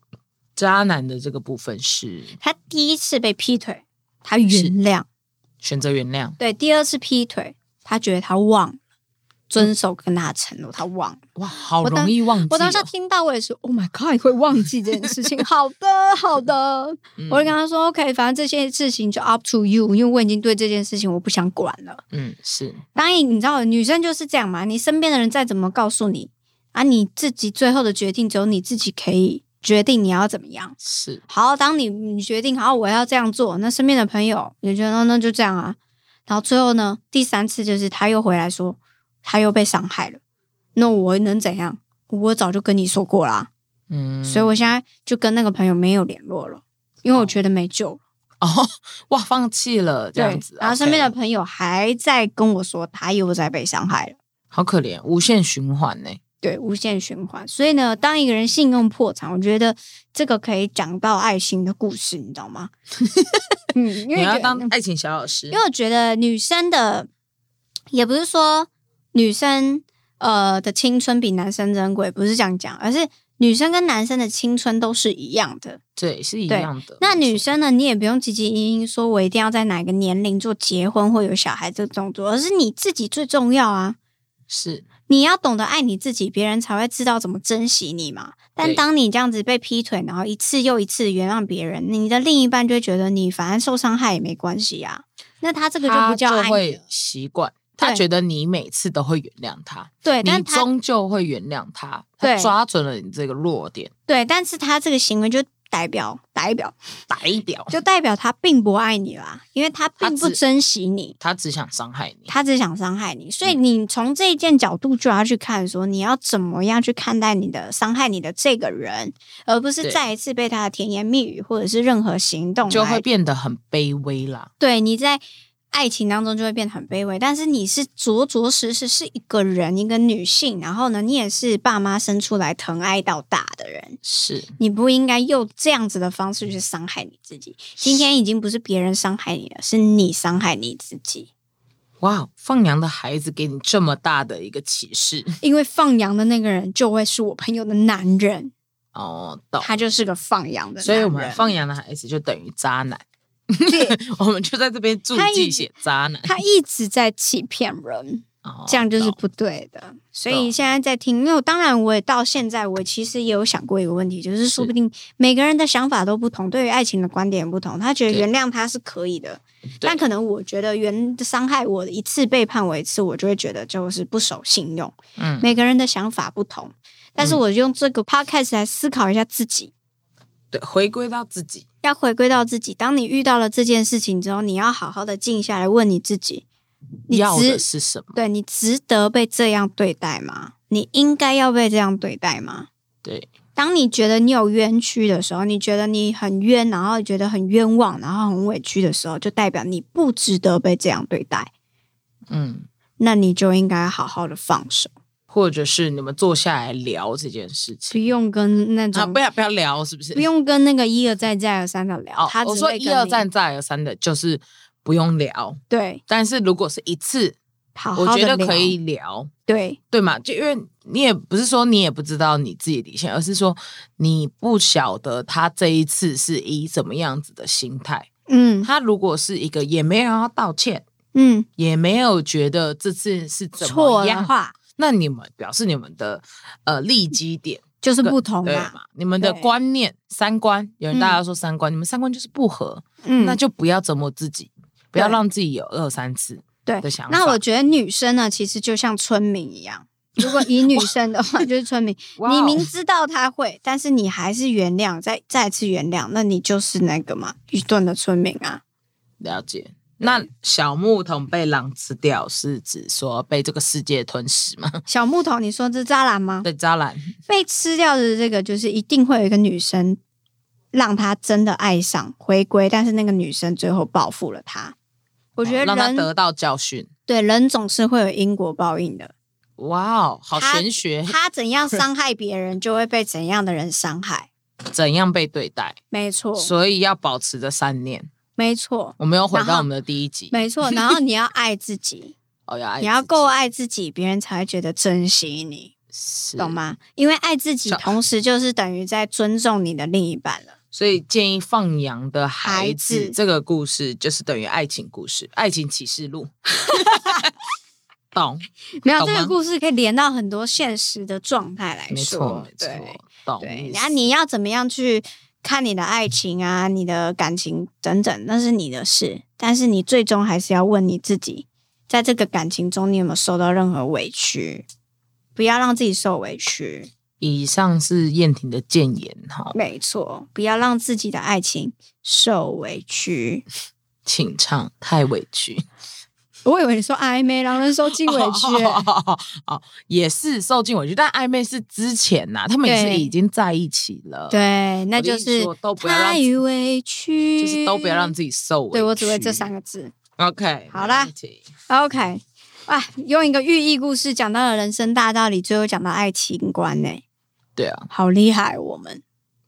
[SPEAKER 2] 渣男的这个部分是
[SPEAKER 3] 他第一次被劈腿，他原谅；
[SPEAKER 2] 选择原谅，
[SPEAKER 3] 对，第二次劈腿，他觉得他忘了。遵守跟他的承诺，他忘了。
[SPEAKER 2] 哇，好
[SPEAKER 3] 我当
[SPEAKER 2] 容易嗯忘记哦、
[SPEAKER 3] 我当下听到，我也是，Oh my God，会忘记这件
[SPEAKER 2] <laughs>
[SPEAKER 3] 事情。好的，好的。
[SPEAKER 2] 嗯，
[SPEAKER 3] 我就跟他说：“OK，反正这些事情就 up to you，因为我已经对这件事情我不想管了。
[SPEAKER 2] 嗯是
[SPEAKER 3] 当然，你知道女生就是这样嘛，你身边的人再怎么告诉你啊，你自己最后的决定只有你自己可以决定你要怎么样。
[SPEAKER 2] 是
[SPEAKER 3] 好，当你你决定好我要这样做，那身边的朋友也觉得哦那就这样啊。然后最后呢，第三次就是他又回来说他又被伤害了，那我能怎样？我早就跟你说过啦，
[SPEAKER 2] 嗯，
[SPEAKER 3] 所以我现在就跟那个朋友没有联络了，因为我觉得没救了。”
[SPEAKER 2] 哦哇放弃了这
[SPEAKER 3] 对，
[SPEAKER 2] 样子，
[SPEAKER 3] 然后身边的
[SPEAKER 2] OK
[SPEAKER 3] 朋友还在跟我说，他又在被伤害了。
[SPEAKER 2] 好可怜，无限循环呢、
[SPEAKER 3] 对，无限循环。所以呢，当一个人信用破产，我觉得这个可以讲到爱情的故事，你知道
[SPEAKER 2] <laughs>
[SPEAKER 3] 吗？ <laughs> 嗯，因为
[SPEAKER 2] 你要
[SPEAKER 3] 觉得
[SPEAKER 2] 当爱情小老师，
[SPEAKER 3] 因为我觉得女生的，也不是说女生呃的青春比男生珍贵，不是这样讲，而是女生跟男生的青春都是一样的。
[SPEAKER 2] 对是一
[SPEAKER 3] 对
[SPEAKER 2] 样的。
[SPEAKER 3] 那
[SPEAKER 2] 没
[SPEAKER 3] 女
[SPEAKER 2] 错
[SPEAKER 3] 生呢，你也不用汲汲营营说我一定要在哪个年龄做结婚或有小孩这个动作，而是你自己最重要啊！
[SPEAKER 2] 是
[SPEAKER 3] 你要懂得爱你自己，别人才会知道怎么珍惜你嘛。但
[SPEAKER 2] 对
[SPEAKER 3] 当你这样子被劈腿，然后一次又一次原谅别人，你的另一半就会觉得你反正受伤害也没关系啊。那他这个就
[SPEAKER 2] 他
[SPEAKER 3] 不叫
[SPEAKER 2] 就
[SPEAKER 3] 爱你
[SPEAKER 2] 会
[SPEAKER 3] 了，
[SPEAKER 2] 习惯，他
[SPEAKER 3] 对
[SPEAKER 2] 觉得你每次都会原谅他，
[SPEAKER 3] 对，
[SPEAKER 2] 你
[SPEAKER 3] 但他
[SPEAKER 2] 终究会原谅他，他
[SPEAKER 3] 对
[SPEAKER 2] 抓准了你这个弱点，
[SPEAKER 3] 对，但是他这个行为就代表代表
[SPEAKER 2] 打一屌，
[SPEAKER 3] 就代表他并不爱你啦，因为他
[SPEAKER 2] 他
[SPEAKER 3] 并不
[SPEAKER 2] 只
[SPEAKER 3] 珍惜你。
[SPEAKER 2] 他只想伤害你。
[SPEAKER 3] 他只想伤害你，所以
[SPEAKER 2] 嗯
[SPEAKER 3] 你从这一件角度就要去看说你要怎么样去看待你的伤害你的这个人，而不是
[SPEAKER 2] 对
[SPEAKER 3] 再一次被他的甜言蜜语或者是任何行动
[SPEAKER 2] 就
[SPEAKER 3] 来
[SPEAKER 2] 会变得很卑微啦。
[SPEAKER 3] 对你在爱情当中就会变得很卑微，但是你是着着实实是一个人，一个女性，然后呢，你也是爸妈生出来疼爱到大的人，
[SPEAKER 2] 是，
[SPEAKER 3] 你不应该用这样子的方式去伤害你自己。今天已经不是别人伤害你了，是你伤害你自己。
[SPEAKER 2] 哇，哦放羊的孩子给你这么大的一个启示
[SPEAKER 3] 因为放羊的那个人就会是我朋友的男人，
[SPEAKER 2] 哦，懂。
[SPEAKER 3] 他就是个放羊的男人。
[SPEAKER 2] 所以我们放羊的孩子就等于渣男，我们就在这边注
[SPEAKER 3] 他一
[SPEAKER 2] 记
[SPEAKER 3] 直
[SPEAKER 2] 写渣男，
[SPEAKER 3] 他一直在欺骗人，
[SPEAKER 2] 哦
[SPEAKER 3] 这样就是
[SPEAKER 2] 懂
[SPEAKER 3] 不对的。所
[SPEAKER 2] 懂
[SPEAKER 3] 以现在在听，因为我当然我也到现在，我其实也有想过一个问题，就是说不定每个人的想法都不同，对于爱情的观点也不同。他觉得
[SPEAKER 2] 对
[SPEAKER 3] 原谅他是可以的，
[SPEAKER 2] 对
[SPEAKER 3] 但可能我觉得原伤害我一次背叛我一次，我就会觉得就是不守信用。
[SPEAKER 2] 嗯，
[SPEAKER 3] 每个人的想法不同，但是
[SPEAKER 2] 嗯
[SPEAKER 3] 我用这个 podcast 来思考一下自己。
[SPEAKER 2] 对，回归到自己，
[SPEAKER 3] 要回归到自己。当你遇到了这件事情之后，你要好好的静下来问你自己：你
[SPEAKER 2] 要的
[SPEAKER 3] 值
[SPEAKER 2] 是什么？
[SPEAKER 3] 对你值得被这样对待吗？你应该要被这样对待吗？
[SPEAKER 2] 对，
[SPEAKER 3] 当你觉得你有冤屈的时候，你觉得你很冤，然后觉得很冤枉，然后很委屈的时候，就代表你不值得被这样对待。
[SPEAKER 2] 嗯，
[SPEAKER 3] 那你就应该好好的放手，
[SPEAKER 2] 或者是你们坐下来聊这件事
[SPEAKER 3] 不
[SPEAKER 2] 情
[SPEAKER 3] 用跟那
[SPEAKER 2] 啊，
[SPEAKER 3] 种、
[SPEAKER 2] 不要不要聊，是不是？
[SPEAKER 3] 不用跟那个一而再再而三的聊。
[SPEAKER 2] 哦
[SPEAKER 3] 他，只
[SPEAKER 2] 我说
[SPEAKER 3] 会
[SPEAKER 2] 一
[SPEAKER 3] 跟
[SPEAKER 2] 而
[SPEAKER 3] 你
[SPEAKER 2] 再再而三的，就是不用聊。
[SPEAKER 3] 对
[SPEAKER 2] 但是如果是一次，
[SPEAKER 3] 好
[SPEAKER 2] 我
[SPEAKER 3] 好
[SPEAKER 2] 觉
[SPEAKER 3] 的
[SPEAKER 2] 得可以聊，
[SPEAKER 3] 对
[SPEAKER 2] 对嘛？就因为你也不是说你也不知道你自己底线，而是说你不晓得他这一次是以怎么样子的心态。
[SPEAKER 3] 嗯
[SPEAKER 2] 他如果是一个也没有要道歉，
[SPEAKER 3] 嗯
[SPEAKER 2] 也没有觉得这次是怎
[SPEAKER 3] 错
[SPEAKER 2] 么
[SPEAKER 3] 的
[SPEAKER 2] 样，
[SPEAKER 3] 话
[SPEAKER 2] 那你们表示你们的呃利基点
[SPEAKER 3] 就是不同
[SPEAKER 2] 对
[SPEAKER 3] 啦，
[SPEAKER 2] 嘛？你们的
[SPEAKER 3] 哦对
[SPEAKER 2] 观念三观，有人
[SPEAKER 3] 嗯
[SPEAKER 2] 大家说三观，你们三观就是不合，
[SPEAKER 3] 嗯，
[SPEAKER 2] 那就不要折磨自己，不要
[SPEAKER 3] 对
[SPEAKER 2] 让自己有二三次
[SPEAKER 3] 对
[SPEAKER 2] 的想法。
[SPEAKER 3] 那我觉得女生呢，其实就像村民
[SPEAKER 2] <laughs>
[SPEAKER 3] 一样。如果以女生的话，就是村民。
[SPEAKER 2] 哇
[SPEAKER 3] 你
[SPEAKER 2] 哦
[SPEAKER 3] 明知道他会，但是你还是原谅，再再次原谅，那你就是那个嘛，愚钝的村民
[SPEAKER 2] <laughs>
[SPEAKER 3] 啊。
[SPEAKER 2] 了解。那小牧童被狼吃掉，是指说被这个世界吞噬吗？ <laughs>
[SPEAKER 3] 小木头，你说这渣男吗？
[SPEAKER 2] 对，渣男
[SPEAKER 3] 被吃掉的这个，就是一定会有一个女生让他真的爱上回归，但是那个女生最后报复了他。我觉得
[SPEAKER 2] 哦让他
[SPEAKER 3] 人、
[SPEAKER 2] 得到教训。
[SPEAKER 3] 对人总是会有因果报应
[SPEAKER 2] <laughs>
[SPEAKER 3] 的，
[SPEAKER 2] 哇哦，好
[SPEAKER 3] 他
[SPEAKER 2] 玄学，
[SPEAKER 3] 他怎样伤害别人，就会被怎样的人伤害。
[SPEAKER 2] 怎样被对待？
[SPEAKER 3] 没错，
[SPEAKER 2] 所以要保持着善念。
[SPEAKER 3] 没错，
[SPEAKER 2] 我们又回
[SPEAKER 3] 然
[SPEAKER 2] 到
[SPEAKER 3] 后
[SPEAKER 2] 我们的第一集，
[SPEAKER 3] 没错。然后你要爱自己，
[SPEAKER 2] 哦，要爱
[SPEAKER 3] 你要
[SPEAKER 2] 自己
[SPEAKER 3] 够 <laughs> 爱自己，别人才会觉得珍惜你，
[SPEAKER 2] 是
[SPEAKER 3] 懂？吗？因为爱自己，
[SPEAKER 2] 是
[SPEAKER 3] 同时就是啊等于在尊重你的另一半了。
[SPEAKER 2] 所以建议放羊的孩
[SPEAKER 3] 孩
[SPEAKER 2] 子
[SPEAKER 3] 子
[SPEAKER 2] 这个故事，就是等于爱情故事，《爱情启示
[SPEAKER 3] <laughs>
[SPEAKER 2] 录》。懂，
[SPEAKER 3] 没有
[SPEAKER 2] 懂
[SPEAKER 3] 这
[SPEAKER 2] 吗
[SPEAKER 3] 个故事可以连到很多现实的状态来
[SPEAKER 2] 没错，
[SPEAKER 3] 说
[SPEAKER 2] 没，错
[SPEAKER 3] 对，
[SPEAKER 2] 懂
[SPEAKER 3] 对
[SPEAKER 2] 意。
[SPEAKER 3] 然后
[SPEAKER 2] 思
[SPEAKER 3] 你要怎么样去看你的爱情啊、你的感情等等，那是你的事，但是你最终还是要问你自己，在这个感情中你有没有受到任何委屈？不要让自己受委屈。
[SPEAKER 2] 以上是燕婷的谏言哈，
[SPEAKER 3] 没错，不要让自己的爱情受委屈。
[SPEAKER 2] 请唱太委屈，
[SPEAKER 3] <laughs> 我以为你说暧昧让人受尽委
[SPEAKER 2] <laughs>
[SPEAKER 3] 屈、欸
[SPEAKER 2] 哦也是受尽委屈，但暧昧是之前呐、他们也是
[SPEAKER 3] 对
[SPEAKER 2] 已经在一起了，，
[SPEAKER 3] 对，那就
[SPEAKER 2] 我的意思
[SPEAKER 3] 是
[SPEAKER 2] 说都不要让
[SPEAKER 3] 太
[SPEAKER 2] 自己
[SPEAKER 3] 委屈，
[SPEAKER 2] 就是都不要让自己受委屈。
[SPEAKER 3] 对我只会这三个字。
[SPEAKER 2] OK，
[SPEAKER 3] 好啦
[SPEAKER 2] 没问题
[SPEAKER 3] OK，啊，用一个寓意故事讲到了人生大道理，最后讲到爱情观呢、
[SPEAKER 2] 对啊，
[SPEAKER 3] 好厉害！我们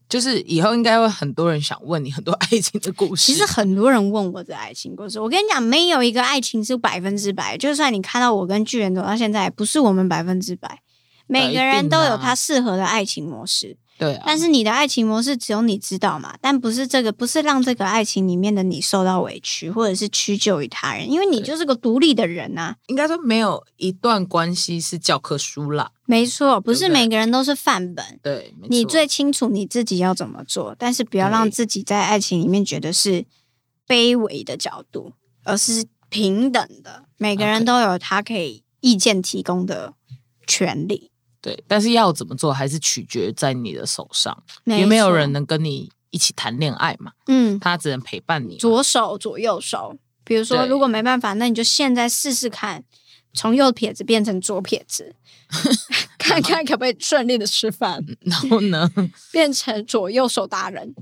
[SPEAKER 2] 就是以后应该会很多人想问你很多爱情的故事。
[SPEAKER 3] 其实很多人问我的爱情故事，我跟你讲，没有一个爱情是百分之百。就算你看到我跟巨人走到现在，也不是我们百分之百，
[SPEAKER 2] 呃
[SPEAKER 3] 每个人都
[SPEAKER 2] 啊
[SPEAKER 3] 有他适合的爱情模式。
[SPEAKER 2] 对啊，
[SPEAKER 3] 但是你的爱情模式只有你知道嘛？但不是这个，不是让这个爱情里面的你受到委屈，或者是屈就于他人，因为你就是个独立的人啊。
[SPEAKER 2] 应该说没有一段关系是教科书啦。
[SPEAKER 3] 没错，不
[SPEAKER 2] 对
[SPEAKER 3] 是
[SPEAKER 2] 不对
[SPEAKER 3] 每个人都是范本。
[SPEAKER 2] 对，没错
[SPEAKER 3] 你最清楚你自己要怎么做，但是不要让
[SPEAKER 2] 对
[SPEAKER 3] 自己在爱情里面觉得是卑微的角度，而是平等的，每个人
[SPEAKER 2] OK
[SPEAKER 3] 都有他可以意见提供的权利。
[SPEAKER 2] 对，但是要怎么做还是取决在你的手上，
[SPEAKER 3] 没
[SPEAKER 2] 有没有
[SPEAKER 3] 错
[SPEAKER 2] 人能跟你一起谈恋爱嘛？
[SPEAKER 3] 嗯，
[SPEAKER 2] 他只能陪伴你嘛。
[SPEAKER 3] 左手左右手，比如说
[SPEAKER 2] 对
[SPEAKER 3] 如果没办法，那你就现在试试看，从右撇子变成左撇子，
[SPEAKER 2] <laughs>
[SPEAKER 3] 看看可不可以顺利的吃饭，
[SPEAKER 2] 然后呢？
[SPEAKER 3] 变成左右手达人，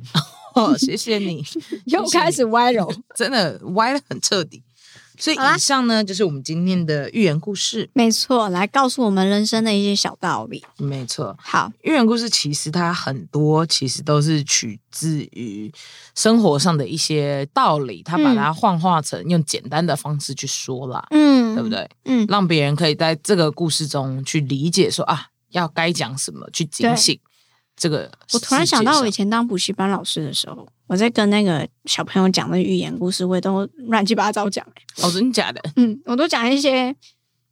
[SPEAKER 2] 哦，谢谢你，
[SPEAKER 3] 又开始歪
[SPEAKER 2] <laughs>
[SPEAKER 3] 柔。
[SPEAKER 2] 真的歪的很彻底。所以
[SPEAKER 3] 好啦
[SPEAKER 2] 以上呢，就是我们今天的寓言故事。
[SPEAKER 3] 没错，来告诉我们人生的一些小道理。
[SPEAKER 2] 没错，
[SPEAKER 3] 好，
[SPEAKER 2] 寓言故事其实它很多，其实都是取自于生活上的一些道理，它把
[SPEAKER 3] 嗯
[SPEAKER 2] 它幻化成用简单的方式去说啦，
[SPEAKER 3] 嗯，
[SPEAKER 2] 对不？对？
[SPEAKER 3] 嗯，
[SPEAKER 2] 让别人可以在这个故事中去理解说啊，要该讲什么，去警
[SPEAKER 3] 对
[SPEAKER 2] 醒这个。
[SPEAKER 3] 我突然想到，我以，前当补习班老师的时候，我在跟那个小朋友讲的寓言故事，我也都乱七八糟讲、欸
[SPEAKER 2] 哦，真的假
[SPEAKER 3] <laughs>
[SPEAKER 2] 的？
[SPEAKER 3] 嗯，我都讲一些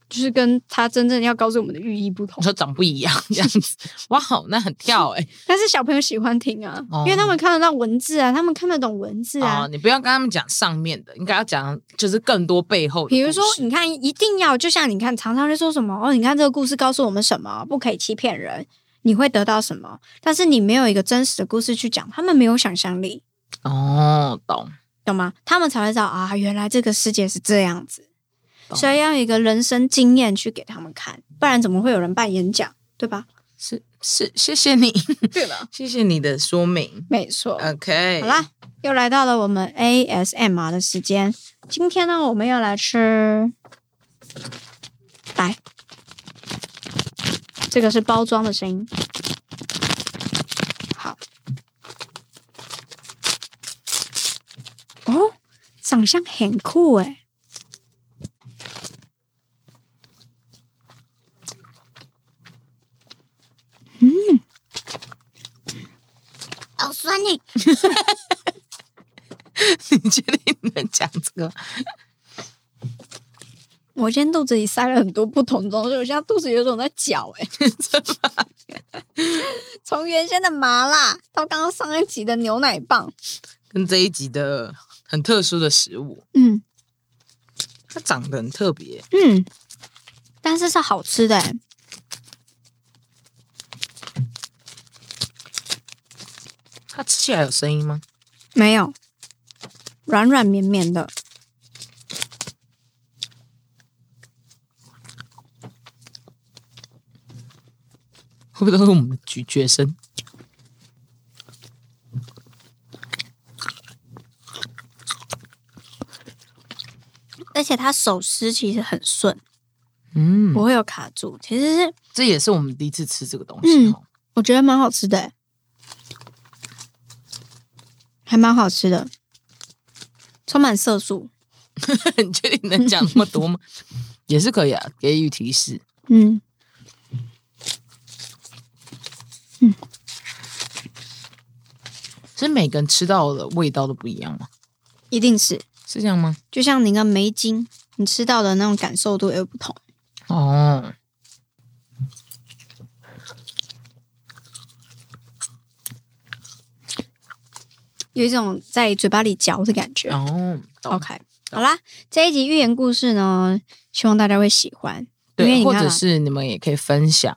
[SPEAKER 3] 就是跟他真正要告诉我们的寓意不
[SPEAKER 2] 我
[SPEAKER 3] 同，
[SPEAKER 2] 说长不一样这样
[SPEAKER 3] <laughs>
[SPEAKER 2] 子，哇，那很跳哎、
[SPEAKER 3] 但是小朋友喜欢听啊，
[SPEAKER 2] 哦
[SPEAKER 3] 因为他们看得到文字啊，他们看得懂文字啊。
[SPEAKER 2] 哦，你不要跟他们讲上面的，应该要讲就是更多背后的故
[SPEAKER 3] 比
[SPEAKER 2] 事。
[SPEAKER 3] 如说，你看，一定要就像你看，常常会说什么哦，你看这个故事告诉我们什么，不可以欺骗人，你会得到什么？但是你没有一个真实的故事去讲，他们没有想象力。
[SPEAKER 2] 哦，懂，
[SPEAKER 3] 懂吗？他们才会知道啊，原来这个世界是这样子，
[SPEAKER 2] 懂
[SPEAKER 3] 所以要有一个人生经验去给他们看，不然怎么会有人办演讲，
[SPEAKER 2] <laughs>
[SPEAKER 3] 对吧？
[SPEAKER 2] 是是，谢谢你， <laughs>
[SPEAKER 3] 对吧？
[SPEAKER 2] 谢谢你的说明。
[SPEAKER 3] 没错。
[SPEAKER 2] OK，
[SPEAKER 3] 好，啦，又来到了我们 ASMR 的时间。今天呢，我们要来吃，来，这个是包装的声音。好，哦，长相很酷诶。嗯欢你。
[SPEAKER 2] <laughs> 你确定你能讲这个吗？
[SPEAKER 3] 我今天肚子里塞了很多不同东西，我现在肚子有种在绞哎、 <laughs> 从原先的麻辣到刚刚上一集的牛奶棒，
[SPEAKER 2] 跟这一集的很特殊的食物，
[SPEAKER 3] 嗯
[SPEAKER 2] 它长得很特别，
[SPEAKER 3] 嗯，但是是好吃的、欸，
[SPEAKER 2] 它吃起来有声音吗？
[SPEAKER 3] 没有软软绵绵的，
[SPEAKER 2] 会不会都是我们的咀嚼声？
[SPEAKER 3] 而且它手撕其实很顺，
[SPEAKER 2] 嗯
[SPEAKER 3] 不，会有卡住。其实是
[SPEAKER 2] 这也是我们第一次吃这个东西
[SPEAKER 3] 嗯
[SPEAKER 2] 哦。 <laughs>
[SPEAKER 3] 我觉得蛮好吃的、欸，还蛮好吃的，充满色素。
[SPEAKER 2] 你确定能讲那么
[SPEAKER 3] <laughs>
[SPEAKER 2] 多吗？也是可以啊，给予提示。
[SPEAKER 3] 嗯，
[SPEAKER 2] 是每个人吃到的味道都不一样吗？
[SPEAKER 3] 一定是，
[SPEAKER 2] 是这样吗？
[SPEAKER 3] 就像你跟梅精，你吃到的那种感受度也不同。
[SPEAKER 2] 哦，
[SPEAKER 3] 有一种在嘴巴里嚼的感觉。
[SPEAKER 2] 哦，懂
[SPEAKER 3] OK，好啦，这一集寓言故事呢，希望大家会喜欢。因为
[SPEAKER 2] 对，
[SPEAKER 3] 你
[SPEAKER 2] 或
[SPEAKER 3] 看
[SPEAKER 2] 者
[SPEAKER 3] 啊，
[SPEAKER 2] 是你们也可以分享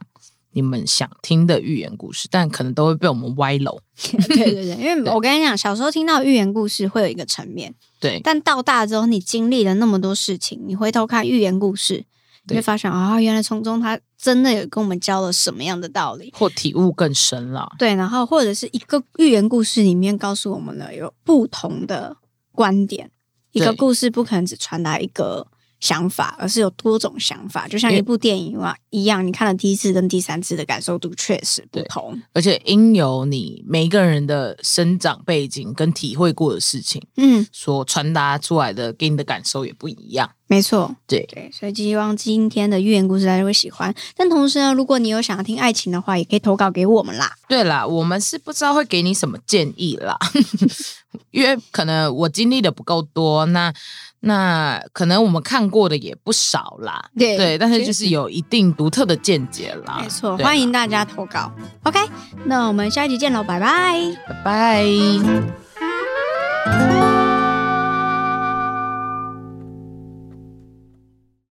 [SPEAKER 2] 你们想听的寓言故事，但可能都会被我们歪楼。
[SPEAKER 3] 对对对，因为我跟你讲，小时候听到寓言故事会有一个层面，
[SPEAKER 2] 对，
[SPEAKER 3] 但到大之后，你经历了那么多事情，你回头看寓言故事，你
[SPEAKER 2] 对
[SPEAKER 3] 会发现啊、原来从中他真的有跟我们教了什么样的道理。
[SPEAKER 2] 或体悟更深啦。
[SPEAKER 3] 对，然后或者是一个寓言故事里面告诉我们了有不同的观点，一个
[SPEAKER 2] 对
[SPEAKER 3] 故事不可能只传达一个想法，而是有多种想法，就像
[SPEAKER 2] 因
[SPEAKER 3] 一
[SPEAKER 2] 为
[SPEAKER 3] 部电影嘛一样，你看了第一次跟第三次的感受度确实不
[SPEAKER 2] 对
[SPEAKER 3] 同。
[SPEAKER 2] 而且因由你每一个人的生长背景跟体会过的事情，
[SPEAKER 3] 嗯，
[SPEAKER 2] 所传达出来的给你的感受也不一样。
[SPEAKER 3] 没错，
[SPEAKER 2] 对
[SPEAKER 3] 对，所以希望今天的寓言故事大家会喜欢。但同时呢，如果你有想要听爱情的话，也可以投稿给我们啦。
[SPEAKER 2] 对啦，我们是不知道会给你什么建议啦， <laughs> 因为可能我经历的不够多，那那可能我们看过的也不少啦。
[SPEAKER 3] 对
[SPEAKER 2] 对，但是就
[SPEAKER 3] 确
[SPEAKER 2] 是有一定独特的见解啦。
[SPEAKER 3] 没错，
[SPEAKER 2] 对啦
[SPEAKER 3] 欢迎大家投稿。OK，那我们下一集见喽，拜拜。
[SPEAKER 2] 拜拜。